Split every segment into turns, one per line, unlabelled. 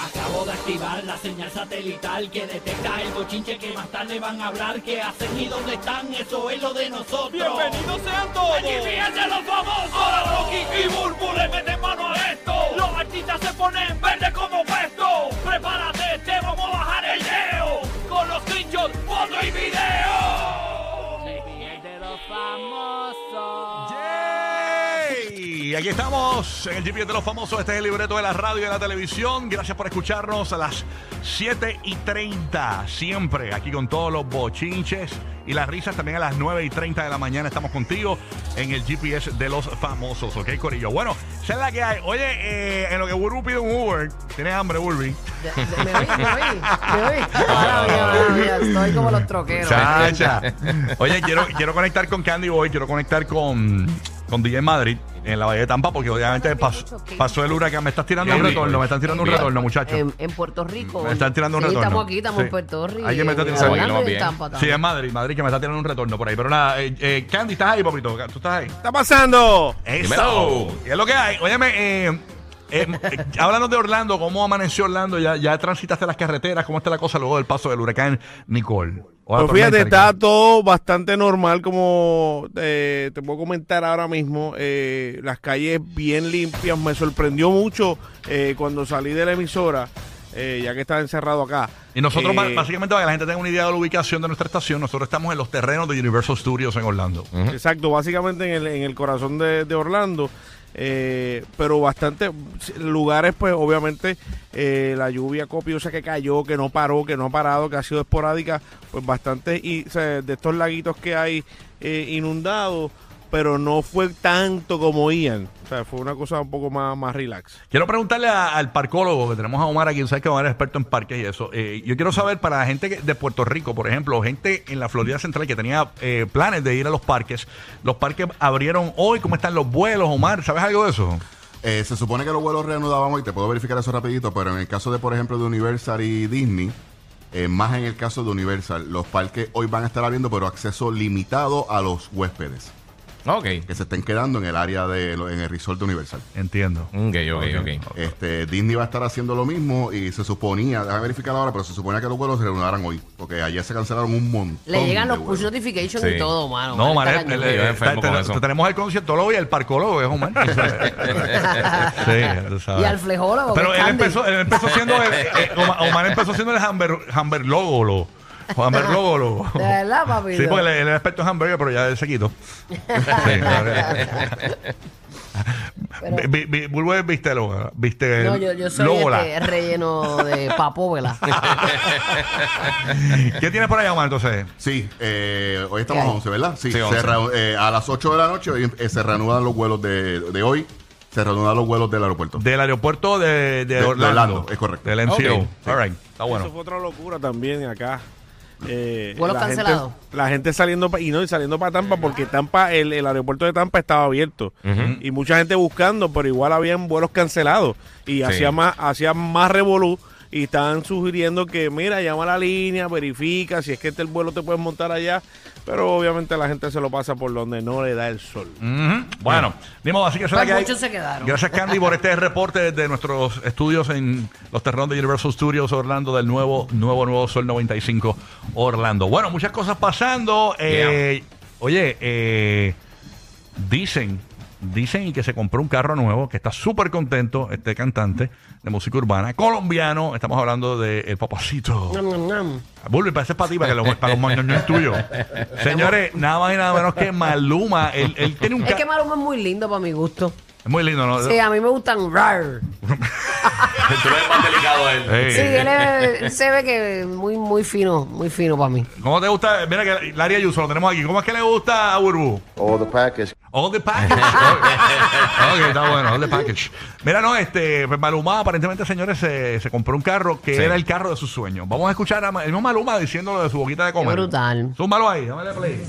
Acabo de activar la señal satelital que detecta el bochinche que más tarde van a hablar. ¿Qué hacen y dónde están? Eso es lo de nosotros.
¡Bienvenidos sean todos!
¡Aquí fíjense los famosos!
Ahora Rocky y Burbu le meten mano a esto. Los artistas se ponen verde como puesto. Prepárate, te vamos a bajar el leo. Con los screenshots, foto y video.
de los famosos!
Y aquí estamos en el GPS de los famosos. Este es el libreto de la radio y de la televisión. Gracias por escucharnos a las 7 y 30. Siempre aquí con todos los bochinches y las risas. También a las 9 y 30 de la mañana estamos contigo en el GPS de los famosos. ¿Ok, Corillo? Bueno, esa es la que hay. Oye, eh, en lo que Burbu pide un Uber. ¿Tienes hambre, Burby?
Ya, ya, Me oí, me oí, me oí. Mala mía, mala mía, Estoy como los troqueros.
Chacha. Oye, quiero, quiero conectar con Candy Boy, quiero conectar con, con DJ Madrid en la Bahía de Tampa, porque obviamente pasó, pasó el huracán. Me estás tirando un
Candy
retorno, me están tirando un retorno, muchachos.
En, en Puerto Rico.
Me están tirando un
Sí,
retorno.
Estamos aquí, estamos
Sí.
en Puerto Rico.
Alguien me está
en
tirando-
Orlando
Vamos
y en
bien.
Tampa
Sí, es
también.
Madrid, Madrid que me está tirando un retorno por ahí. Pero nada, eh, eh, Candy, ¿estás ahí, papito? ¿Tú estás ahí?
está pasando?
¡Eso!
Dímelo.
¿Qué es lo que hay? Óyeme, eh, eh, eh, háblanos de Orlando, ¿cómo amaneció Orlando? ¿Ya, ya transitaste las carreteras? ¿Cómo está la cosa luego del paso del huracán Nicole? O la
Pues fíjate,
tormenta,
está
Nicole.
todo bastante normal, como eh, te puedo comentar ahora mismo. eh, las calles bien limpias. Me sorprendió mucho eh, cuando salí de la emisora, eh, ya que estaba encerrado acá.
Y nosotros,
Eh,
ba- básicamente, para que la gente tenga una idea de la ubicación de nuestra estación, nosotros estamos en los terrenos de Universal Studios en Orlando.
Mm.
Exacto, básicamente en el, en el corazón de, de Orlando. eh, pero bastante lugares, pues obviamente eh, la lluvia copiosa que cayó, que no paró, que no ha parado, que ha sido esporádica, pues bastante y, o sea, de estos laguitos que hay eh, inundados, pero no fue tanto como Ian. O sea, fue una cosa un poco más, más relax.
Quiero preguntarle a- al parcólogo que tenemos a Omar aquí, sabes que Omar es experto en parques y eso. Eh, yo quiero saber para la gente que- de Puerto Rico, por ejemplo, gente en la Florida Central que tenía eh, planes de ir a los parques, los parques abrieron hoy, ¿cómo están los vuelos, Omar? ¿Sabes algo de eso?
Eh, se supone que los vuelos reanudaban hoy, te puedo verificar eso rapidito, pero en el caso de, por ejemplo, de Universal y Disney, eh, más en el caso de Universal, los parques hoy van a estar abriendo, pero acceso limitado a los huéspedes
Ok.
que se estén quedando en el área de, lo- en el resort de Universal.
Entiendo.
Ok, ok, ok.
Este, Disney va a estar haciendo lo mismo y se suponía, déjame verificar ahora, pero se suponía que los vuelos se reanudaran hoy, porque ayer se cancelaron un montón.
Le llegan
de
los push
vuelos.
notifications y
Sí.
todo, mano.
No, eh, Omar,
Ah, Está
el-
cañón.
el-
Yo
el-
enfermo
te-
con
te-
eso.
te- tenemos el conciertólogo y el parcólogo, es Omar. sí, tú sabes.
Ah, Y al flejólogo,
Pero él
que es Candy.
empezó, él empezó siendo el, eh, Omar Omar empezó siendo el hamber, hamberlógolo. Hamberlógolo.
De verdad, papi.
Sí, porque él, él era experto en hamburger, pero ya él se quitó. Sí, ahora- Vi- vi- vi- Bulbo es vistelo, viste
No, yo, yo soy
lóbola.
este relleno de papóvela.
¿Qué tienes por allá, Omar, entonces?
Sí, eh, hoy estamos
¿Qué
a
hay?
11, ¿verdad? Sí,
Sí,
se
11.
reanu- eh, a las 8 de la noche hoy, eh, se reanudan los vuelos de, de hoy, se reanudan los vuelos del aeropuerto.
Del aeropuerto de, de
de
Orlando.
Orlando, es correcto.
Del NCO.
Ok,
All right, está
Eso
bueno.
fue otra locura también acá. Eh,
Vuelos
la gente-
cancelados.
la gente saliendo pa- y no y saliendo para Tampa porque Tampa el, el aeropuerto de Tampa estaba abierto y mucha gente buscando, pero igual habían vuelos cancelados y hacía más hacía más revolú y estaban sugiriendo que mira, llama a la línea, verifica si es que este el vuelo te puedes montar allá, pero obviamente la gente se lo pasa por donde no le da el sol.
Ujú. Bueno, ni modo, así que será
Pues
que hay.
muchos se quedaron.
Gracias, Candy, por este reporte de nuestros estudios en los terrenos de Universal Studios Orlando del nuevo, nuevo, nuevo Sol 95 Orlando. Bueno, muchas cosas pasando. Eh, Oye, eh, dicen, dicen y que se compró un carro nuevo, que está súper contento este cantante de música urbana colombiano. Estamos hablando de El Papacito. Bulbi, para ese es para ti, para que lo, para los mañanos no es tuyo. Señores, nada más y nada menos que Maluma. Él, él tiene un
es
ca-
que Maluma es muy lindo para mi gusto.
Es muy lindo, ¿no?
Sí, a mí me gustan rar.
Tú eres más delicado a él.
Sí.
Sí, él, es- él se ve que muy, muy fino, muy fino para mí.
¿Cómo te gusta? Mira que Larry Ayuso lo tenemos aquí. ¿Cómo es que le gusta a Burbu?
all the package.
All the package. ok, Ok, está bueno, all the package. Mira, no, este, pues Maluma aparentemente, señores, se, se compró un carro que
Sí.
era el carro de sus sueños. Vamos a escuchar a Ma- el mismo Maluma diciéndolo de su boquita de comer.
Qué brutal.
Súmalo ahí, dámele play.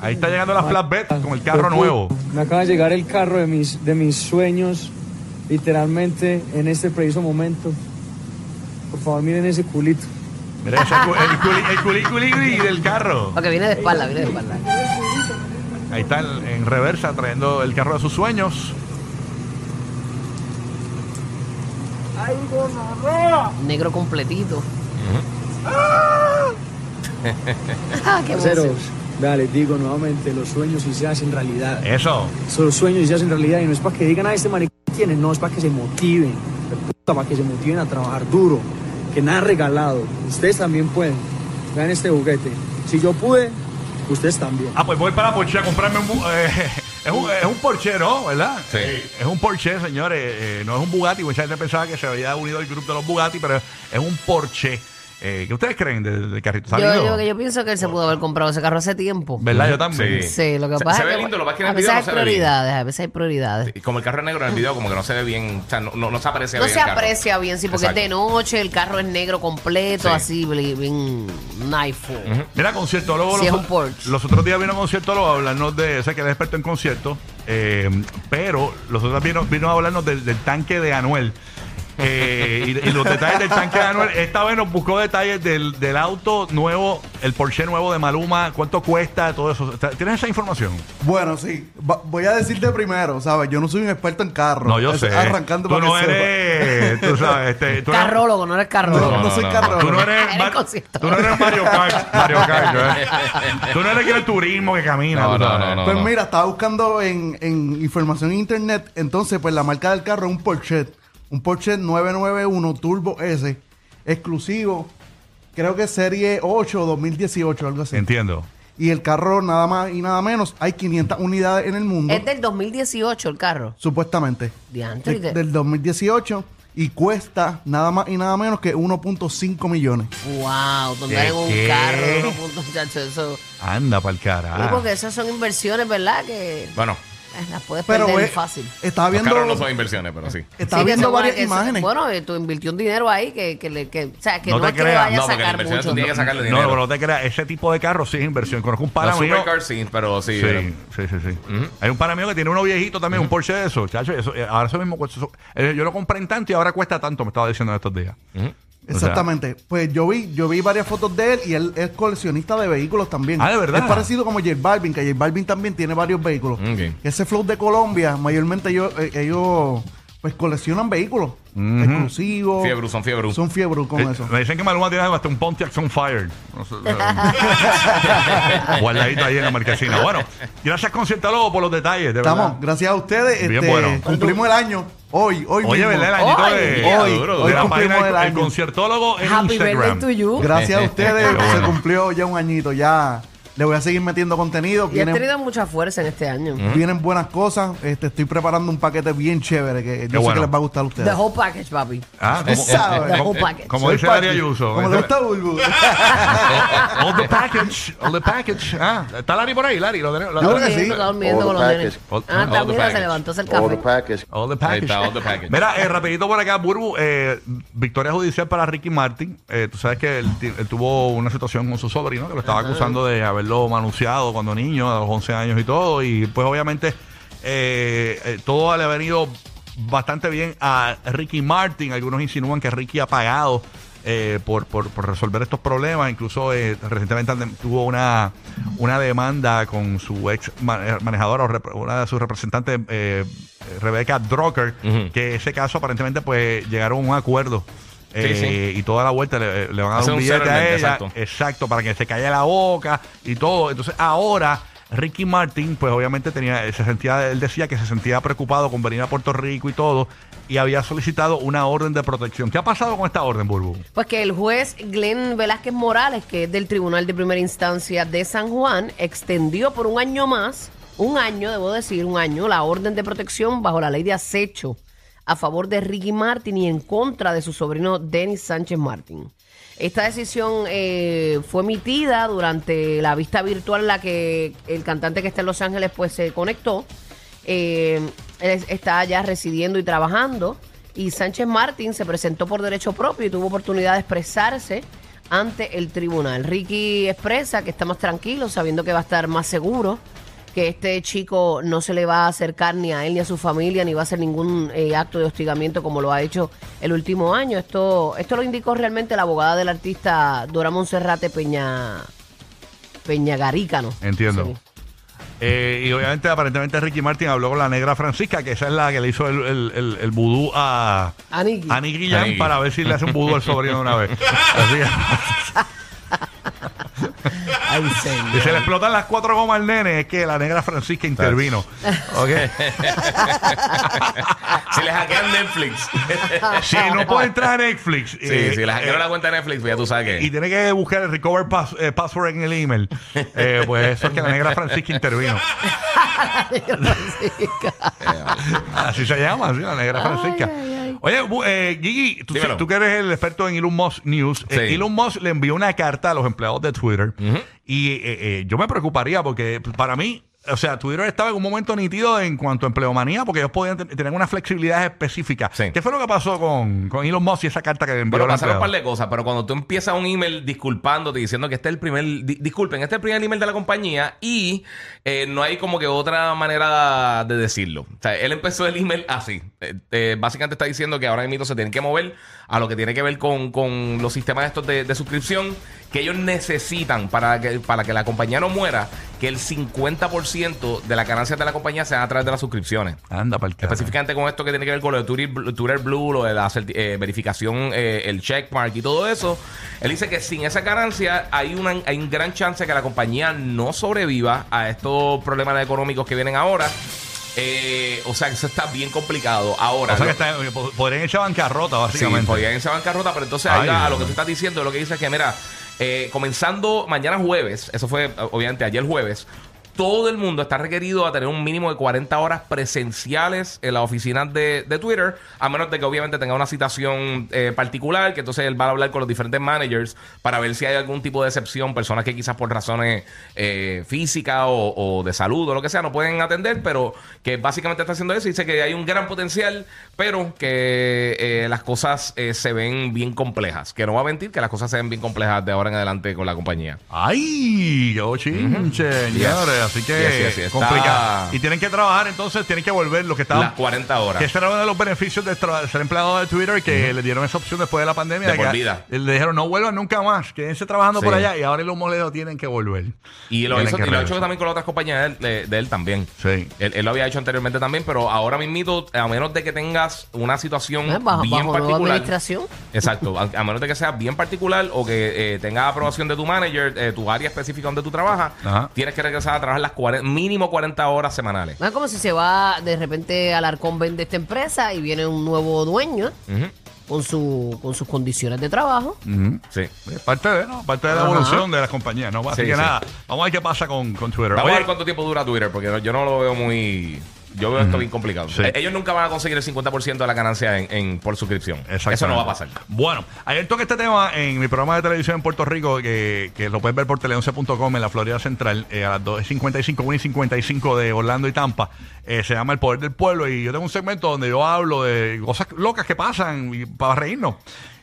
Ahí está llegando la flatbed con el carro nuevo.
Ah, Me acaba de llegar el carro de mis, de mis sueños, literalmente en este preciso momento. Por favor, miren ese culito.
Mira, ese cu- el, culi, el culi, culi, culi del carro.
Porque viene de espalda, viene de espalda.
Ahí está en, en reversa trayendo el carro de sus sueños.
Negro completito. Ah, qué emoción.
Parceros, vea, les digo nuevamente, los sueños sí se hacen realidad.
Eso.
Son los sueños y se hacen realidad. Y no es para que digan a este maricón tiene, no, es para que se motiven. Puta, para que se motiven a trabajar duro. Que nada regalado. Ustedes también pueden. Vean este juguete. Si yo pude, ustedes también.
Ah, pues voy para Porsche a comprarme un. bu- eh, es, un es un Porsche, ¿no? ¿Verdad?
Sí.
Es un Porsche, señores. eh, no es un Bugatti. Mucha gente pensaba que se había unido el grupo de los Bugatti, pero es un Porsche. Eh, ¿Qué ustedes creen del, del carrito?
Yo,
¿Salido?
digo que yo pienso que él se pudo haber comprado ese carro hace tiempo.
¿Verdad? Yo también.
Sí.
Sí, lo que
Se-
pasa
se
es
ve
que
lindo, lo que pasa es que en
a
el
veces hay
video no se ve bien.
prioridades, a veces hay prioridades.
Y como el carro es negro en el video, como que no se ve bien, o sea, no, no, no se aprecia
No
bien.
se
el carro.
aprecia bien, sí, porque
Exacto.
es de noche, el carro es negro completo,
Sí.
así, bli- bien knife.
Mira, conciertólogo.
Sí,
los,
es un Porsche.
los otros días vino un conciertólogo a hablarnos de. Sé que él es experto en conciertos, eh, pero los otros días vino, vino a hablarnos del, del tanque de Anuel. Eh, y, y los detalles del tanque de Anuel. Esta vez nos buscó detalles del, del auto nuevo, el Porsche nuevo de Maluma, cuánto cuesta, todo eso. Está- ¿Tienes esa información?
Bueno, sí. Va- voy a decirte primero, ¿sabes? Yo no soy un experto en carros.
No, yo
Eso,
sé.
Arrancando
tú
para
no
que sepa.
eres. Tú sabes. Este, tú eres-
Carrólogo, no eres
No,
carrólogo.
no, soy
no, no.
carro.
Tú no eres,
Eres
Mar-
conciertólogo.
tú no eres Mario Kart. Mario Kart, ¿eh? Tú no eres que el turismo que camina.
No,
tú
no,
sabes.
no, no.
Pues mira, estaba buscando en, en información en internet. Entonces, pues la marca del carro es un Porsche. Un Porsche 991 Turbo S. Exclusivo. Creo que serie 8 o 2018, algo así.
Entiendo.
Y el carro, nada más y nada menos, hay 500 unidades en el mundo.
Es del 2018 el carro.
Supuestamente.
Diantre,
De-
¿y qué?
del 2018. Y cuesta nada más y nada menos que 1.5 millones.
Wow,
¿Qué,
tomar en un
qué?
carro, uno punto, muchacho, eso.
Anda para el
Ah.
Sí,
carajo.
porque esas son inversiones, ¿verdad? Que eh,
Bueno,
las puedes
Pero
perder
ve,
fácil.
estaba
los
viendo,
carros no son inversiones, pero sí.
estaba
Sí, que
viendo
son-
varias
que son-
imágenes.
Bueno, eh, tú invirtió un dinero ahí que, que, le- que, o sea, que
No
no,
te
es que le
creas,
vaya
no,
a
porque la
sacar
inversión
mucho.
tú tienes que sacarle
No,
dinero.
pero no te creas, ese tipo de carro sí es inversión. Conozco un
Los
pana mío.
supercars sí, pero sí. eh,
Sí,
pero-
sí, sí, sí. Hay un pana mío que tiene uno viejito también, un Porsche de esos, chacho. Eso, eh, ahora eso mismo cuesta. eso- eh, yo lo compré en tanto y ahora cuesta tanto, me estaba diciendo en estos días. O sea,
Exactamente. pues yo vi, yo vi varias fotos de él y él es coleccionista de vehículos también.
Ah, ¿de verdad?
Es parecido como J Balvin, que J Balvin también tiene varios vehículos.
Ok.
Ese flow de Colombia, mayormente ellos, eh, ellos pues coleccionan vehículos exclusivos.
Fiebru, son fiebru.
Son fiebre con
eh,
eso.
me dicen que Maluma tiene hasta un Pontiac Sunfire. No sé, eh, Guardadito ahí en la marquesina. Bueno, gracias Conciertólogo por los detalles, de verdad.
Estamos, gracias a ustedes,
Bien
este,
bueno.
cumplimos el año. Hoy, hoy
Oye,
mismo.
¿verdad? El añito
Hoy,
de,
hoy,
de
hoy
la página
cumplimos el
del
año.
conciertólogo en
Happy
Instagram.
birthday to you.
Gracias a ustedes,
Qué
se
bueno.
cumplió ya un añito. Ya le voy a seguir metiendo contenido.
Y este has
Vienen-
tenido mucha fuerza en este año.
Vienen buenas cosas. Este, estoy preparando un paquete bien chévere que yo sé
bueno.
que les va a gustar a ustedes.
The whole package, papi.
Ah,
Tú sabes.
como,
Whole package.
como
Soy
dice Daria
Pachi.
Ayuso.
Como le gusta a Bulbu.
All the package, all the package. Ah, está Larry por ahí, Larry. Lo tenemos, lo-
Yo creo
Está
que sí.
durmiendo, está durmiendo
All
con
the
los nenes.
package.
Ah,
All
está,
the
mira, se
package.
levantó el
All the
café.
package.
All the
Ahí
package.
está, all the package.
Mira, eh, rapidito por acá, Burbu, eh, victoria judicial para Ricky Martin. Eh, tú sabes que él, ti- él tuvo una situación con su sobrino que lo estaba acusando de haberlo manunciado cuando niño, a los 11 años y todo. Y pues obviamente eh, eh, todo le ha venido bastante bien a Ricky Martin. Algunos insinúan que Ricky ha pagado eh, por, por- por resolver estos problemas. Incluso eh, recientemente ande- tuvo una, una demanda con su ex ma- eh, manejadora, o rep- una de sus representantes, eh, Rebecca Drucker,
Ujú.
que ese caso aparentemente pues llegaron a un acuerdo. eh, Y toda la vuelta le, le van a dar
Hacer
un,
un
billete a
settlement,
ella. Exacto.
exacto.
para que se calle la boca y todo. Entonces ahora Ricky Martin, pues obviamente tenía, se sentía, él decía que se sentía preocupado con venir a Puerto Rico y todo, y había solicitado una orden de protección. ¿Qué ha pasado con esta orden, Burbu?
Pues que el juez Glenn Velázquez Morales, que es del Tribunal de Primera Instancia de San Juan, extendió por un año más, un año, debo decir, un año, la orden de protección bajo la ley de acecho a favor de Ricky Martin y en contra de su sobrino Denis Sánchez Martin. Esta decisión eh, fue emitida durante la vista virtual en la que el cantante que está en Los Ángeles pues se conectó. Eh, él es- está ya residiendo y trabajando. Y Sánchez Martín se presentó por derecho propio y tuvo oportunidad de expresarse ante el tribunal. Ricky expresa que está más tranquilo, sabiendo que va a estar más seguro, que este chico no se le va a acercar ni a él ni a su familia, ni va a hacer ningún eh, acto de hostigamiento como lo ha hecho el último año. Esto, esto lo indicó realmente la abogada del artista Dora Monserrate Peña, Peña Garícano.
Entiendo. Eh, y obviamente, aparentemente, Ricky Martin habló con la negra Francisca, que esa es la que le hizo el, el, el- el vudú a,
A Nicky.
a Nicky Jam
A Nicky.
para ver si le hace un vudú al sobrino de una vez. Así que-
Ay, señor.
y se le explotan las cuatro gomas al nene, es que la negra Francisca intervino. Ok.
si les hackean Netflix.
Si no puede entrar a Netflix.
sí,
eh,
si les hackearon la cuenta de Netflix, pues ya tú sabes
y
que.
tiene que buscar el recover pas- eh, password en el email. Eh, pues eso es que la negra Francisca intervino. Así se llama, sí, la negra Francisca. Oye, bu- eh, Gigi, tú,
Dímelo.
tú que eres el experto en Elon Musk News, eh,
Sí.
Elon Musk le envió una carta a los empleados de Twitter y eh, eh, yo me preocuparía porque para mí, o sea, Twitter estaba en un momento nitido en cuanto a empleomanía porque ellos podían ten- tener unas flexibilidades específicas.
Sí.
¿Qué fue lo que pasó con, con Elon Musk y esa carta que le envió
Pero
a los
pasaron un par
empleados?
de cosas, pero cuando tú empiezas un email disculpándote, diciendo que este es el primer, di- disculpen, este es el primer email de la compañía y eh, no hay como que otra manera de decirlo. O sea, él empezó el email así. Eh, eh, básicamente está diciendo que ahora mismo se tienen que mover a lo que tiene que ver con, con los sistemas estos de, de suscripción que ellos necesitan para que, para que la compañía no muera, que el 50% de las ganancias de la compañía sea a través de las suscripciones.
Anda, para el carajo.
Específicamente con esto que tiene que ver con lo de Twitter, Bl- Twitter Blue, lo de la certi- eh, verificación, eh, el checkmark y todo eso. Él dice que sin esa ganancia hay una hay un gran chance que la compañía no sobreviva a estos problemas económicos que vienen ahora. Eh, o sea, eso está bien complicado. Ahora,
O sea que
lo-
está- eh, po- podrían echar bancarrota, básicamente.
Ah, Sí, podían irse a bancarrota, pero entonces
Ay,
ahí va a
Dios
lo que
mío.
tú estás diciendo, lo que dice es que, mira, eh, comenzando mañana jueves, eso fue eh, obviamente ayer jueves, todo el mundo está requerido a tener un mínimo de 40 horas presenciales en las oficinas de, de Twitter, a menos de que obviamente tenga una citación eh, particular, que entonces él va a hablar con los diferentes managers para ver si hay algún tipo de excepción, personas que quizás por razones eh, físicas o, o de salud o lo que sea no pueden atender, pero que básicamente está haciendo eso. Dice que hay un gran potencial, pero que eh, las cosas eh, se ven bien complejas. Que no va a mentir que las cosas se ven bien complejas de ahora en adelante con la compañía.
Ay, yo chinche, señores.
Yes.
Así que
Yes, yes, yes. Está-
complicado. Y tienen que trabajar, entonces tienen que volver lo que
Las
estaban.
40
que
horas.
ese era uno de los beneficios de tra- ser empleado de Twitter que le dieron esa opción después de la pandemia.
De
que
por vida.
Le dijeron, no vuelvan nunca más, quédense trabajando
Sí.
por allá. Y ahora los moledos tienen que volver.
Y lo,
Tienen
hizo,
que
y lo ha hecho
regresar.
también con las otras compañías de él, de- de él también.
Sí.
Él, él lo había hecho anteriormente también, pero ahora mismito, a menos de que tengas una situación
Eh, Bajo,
bien
bajo nueva
particular.
administración.
Exacto, a, a menos de que sea bien particular o que eh, tenga aprobación de tu manager, eh, tu área específica donde tú trabajas,
Ajá.
tienes que regresar a trabajar las 40 mínimo 40 horas semanales.
No es como si se va de repente Alarcón vende esta empresa y viene un nuevo dueño
Ujú,
con, su, con sus condiciones de trabajo.
Ujú.
Sí.
Es Parte de, ¿no? Parte de la
Ajá.
evolución de las compañías, ¿no? Así
Sí,
que
sí.
nada, vamos a ver qué pasa con, con Twitter.
Vamos a ver
Oye,
cuánto tiempo dura Twitter, porque no- yo no lo veo muy... Yo veo esto bien complicado.
Sí.
Eh, Ellos nunca van a conseguir el 50% de la ganancia en, en- por suscripción. Eso no va a pasar.
Bueno, ayer toqué este tema en mi programa de televisión en Puerto Rico, que, que lo puedes ver por tele11.com en la Florida Central, eh, a las 2.55, 1 y 55 de Orlando y Tampa. Eh, se llama El Poder del Pueblo y yo tengo un segmento donde yo hablo de cosas locas que pasan y para reírnos.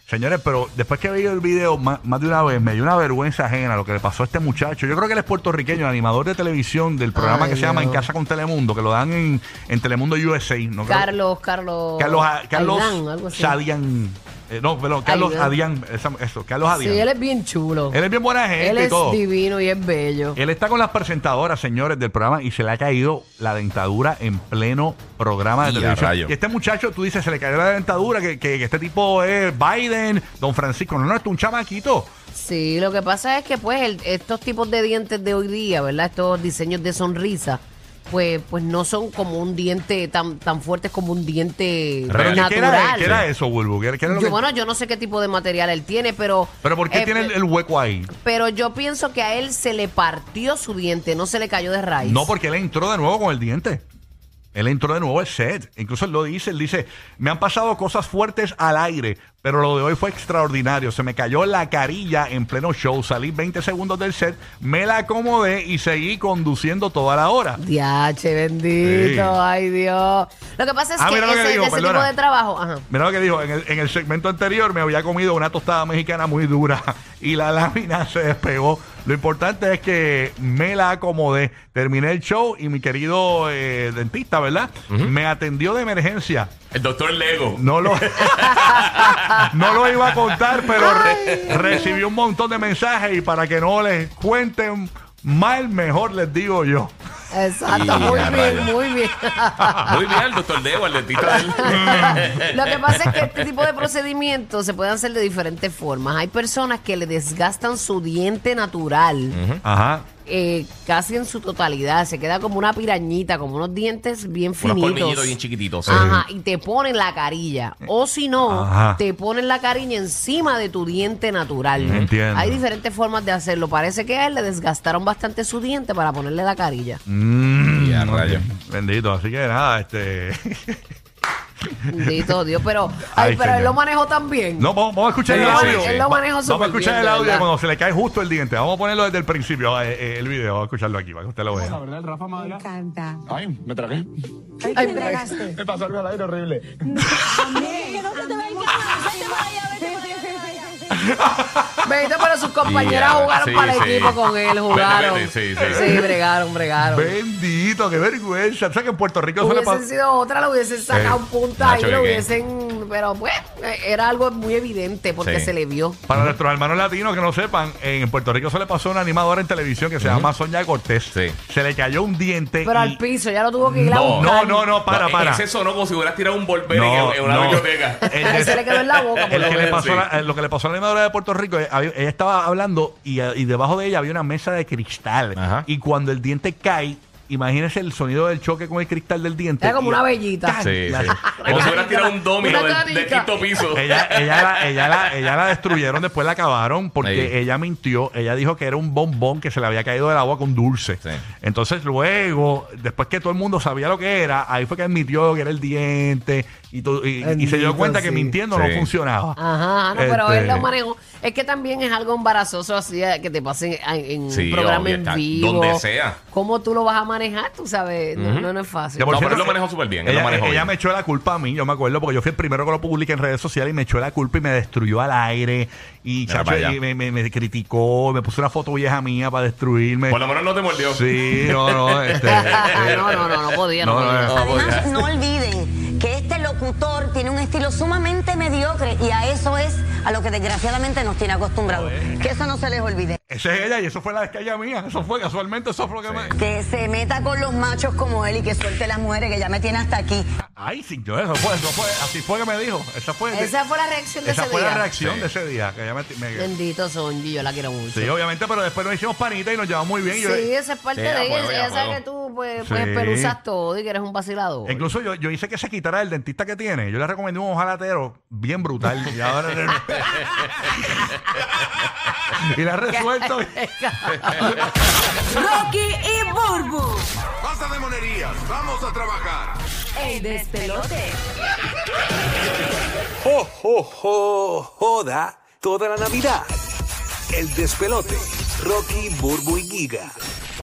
Señores, pero después que veía el video más, más de una vez, me dio una vergüenza ajena lo que le pasó a este muchacho. Yo creo que él es puertorriqueño, animador de televisión del programa
Ay,
que se llama En
Dios.
Casa con Telemundo, que lo dan en, en Telemundo USA. No creo-
Carlos, Carlos.
Carlos, Carlos
Aidán, algo así.
Sadian. eh, no, perdón, Carlos
Aidán.
Adian. esa- Eso, Carlos
Sí,
Adian.
él
él,
es bien chulo.
es bien buena gente
Él
y
es
todo.
divino y es bello.
Él está con las presentadoras, señores, del programa y se le ha caído la dentadura en pleno programa de
Y a
televisión.
rayo.
Y este muchacho, tú dices, se le cayó la dentadura, que, que- que este tipo es Biden, Don Francisco. No, no, esto es un chamaquito.
Sí, lo que pasa es que pues el- estos tipos de dientes de hoy día, ¿verdad? Estos diseños de sonrisa, pues pues no son como un diente tan tan fuertes como un diente
Pero, ¿qué- ¿qué, era,
natural.
qué era eso, Bulbo? ¿Qué era- qué era lo
Yo,
que-
bueno, yo no sé qué tipo de material él tiene, pero
pero ¿por qué
eh,
tiene el, el hueco ahí?
Pero yo pienso que a él se le partió su diente, no se le cayó de raíz.
No, porque él entró de nuevo con el diente. Él entró de nuevo al set. Incluso él lo dice, él dice, me han pasado cosas fuertes al aire, pero lo de hoy fue extraordinario. Se me cayó la carilla en pleno show, salí 20 segundos del set, me la acomodé y seguí conduciendo toda la hora.
Diache, bendito,
Sí.
ay Dios. Lo que pasa es
Ah,
que
mira lo que
ese,
digo,
ese tipo
perdona.
de trabajo, ajá.
Mira lo que dijo, en el, en el segmento anterior me había comido una tostada mexicana muy dura y la lámina se despegó. Lo importante es que me la acomodé. Terminé el show y mi querido eh, dentista, ¿verdad? Me atendió de emergencia.
El doctor Lego.
No lo, no lo iba a contar, pero re- recibí un montón de mensajes y para que no les cuenten mal, mejor les digo yo.
Exacto,
Y
muy
a
bien,
rayos.
muy bien.
Muy bien, el doctor Debo, el dentista de
Mm.
él.
Lo que pasa es que este tipo de procedimientos se pueden hacer de diferentes formas. Hay personas que le desgastan su diente natural
Ajá.
eh, casi en su totalidad. Se queda como una pirañita, como unos dientes bien
Unos
finitos.
colmillitos bien chiquititos.
Ajá, y te ponen la carilla. O si no,
Ajá.
te ponen la carilla encima de tu diente natural.
Entiendo.
Hay diferentes formas de hacerlo. Parece que a él le desgastaron bastante su diente para ponerle la carilla.
Mm,
Ya,
ok.
rayo.
Bendito, así que nada, este.
Bendito Dios, pero, ay,
Ay,
pero él
señor.
lo manejó también.
No, vamos, vamos a escuchar
Él
el
lo
audio.
mane- él lo maneja
vamos a
súper
escuchar
bien,
el
de
audio
verdad.
cuando se le cae justo el diente. Vamos a ponerlo desde el principio, eh, eh, el video. Vamos a escucharlo aquí para que usted lo vea.
verdad, el Rafa
Me
Madera.
encanta.
Ay, me tragué.
Ay, que me tragaste.
Me pasó algo al aire horrible.
Que no se te vaya, vete para allá, vete para allá, vete para allá.
Bendito, pero sus compañeras
Ya,
jugaron
sí,
para el
sí.
equipo con él,
Vete,
jugaron.
vete, sí, sí.
bregaron, bregaron.
Bendito, qué vergüenza. O sea que en Puerto Rico eso le
Hubiesen
pasa.
sido otra, lo hubiesen sacado
Sí.
punta
Nacho,
y lo
¿qué?
hubiesen. Pero pues, eh, era algo muy evidente porque
Sí.
se le vio.
Para nuestros hermanos latinos que no sepan, en Puerto Rico se le pasó a una animadora en televisión que se llama Sonia Cortés.
Sí.
Se le cayó un diente.
Pero
Eh, y-
al piso, ya lo tuvo que ir a
No,
buscar.
no, no, no, para, para.
Ese sonó como si hubieras tirado un volver
No,
en, en una
no.
biblioteca.
El
Ahí
de-
se le quedó en la boca. por
el
lo
que le
menos.
pasó a la- eh, lo que le pasó a la animadora de Puerto Rico, eh, había- ella estaba hablando y, eh, y debajo de ella había una mesa de cristal.
Ajá.
Y cuando el diente cae, imagínense el sonido del choque con el cristal del diente.
Era como
Y-
una bellita.
¡Tan!
Sí,
La-
sí. Como si hubieras tirado un domino
Una
del, del
canica.
quinto piso.
Ella, ella, la, ella, la, ella la destruyeron, después la acabaron porque
Ahí.
ella mintió. Ella dijo que era un bombón que se le había caído del agua con dulce.
Sí.
Entonces, luego, después que todo el mundo sabía lo que era, ahí fue que admitió que era el diente y, to- y- y se dio
Bendito,
cuenta que
sí.
mintiendo
Sí.
no funcionaba.
Ajá, ah, no, pero
Este,
él lo manejó. Es que también es algo embarazoso así eh, que te pase en, en
Sí,
un programa
obvio,
en
está-
vivo.
donde sea.
¿Cómo tú lo vas a manejar? Tú sabes, no, no, no es fácil.
Que, por
No, pero
cierto,
él lo manejó súper bien, él
Ella,
lo manejó
ella
bien.
me echó la culpa a mí, yo me acuerdo, porque yo fui el primero que lo publiqué en redes sociales y me echó la culpa y me destruyó al aire. Y,
Mira
chacho,
para allá.
y me, me- me criticó, me puso una foto vieja mía para destruirme.
Por lo menos no te mordió.
Sí, no, no, este, eh,
no, no, no, no podía, no,
No, no,
podía.
no.
Además, no olviden que este locutor tiene un estilo sumamente mediocre y a eso es a lo que desgraciadamente nos tiene acostumbrados. Que eso no se les olvide.
Esa es ella y eso fue la descarga mía. Eso fue casualmente, eso fue lo que me.
Que se meta con los machos como él y que suelte las mujeres que ya me tiene hasta aquí.
Ay, sí, yo, eso fue, eso fue. Así fue que me dijo. Esa fue,
Esa fue la reacción de
esa
ese
fue
día.
la reacción
Sí.
de ese día. Que ella me, me-
Bendito Sonji, yo la quiero mucho.
sí, obviamente, pero después nos hicimos panita y nos llevamos muy bien.
Sí,
Yo-
esa es parte
Sí, a
de
fuego,
ella.
a
Ella sabe
fuego.
que tú pues, pues,
Sí.
peluzas todo y que eres un vacilador.
Incluso yo, yo hice que se quitara el dentista que tiene. Yo le recomendé un ojalatero bien brutal. Y ahora. y la ha resuelto.
Rocky y Burbu.
Basta de monerías, vamos a trabajar.
El despelote.
¡Jo, jo, jo! Joda toda la Navidad. El despelote. Rocky, Burbu y Giga.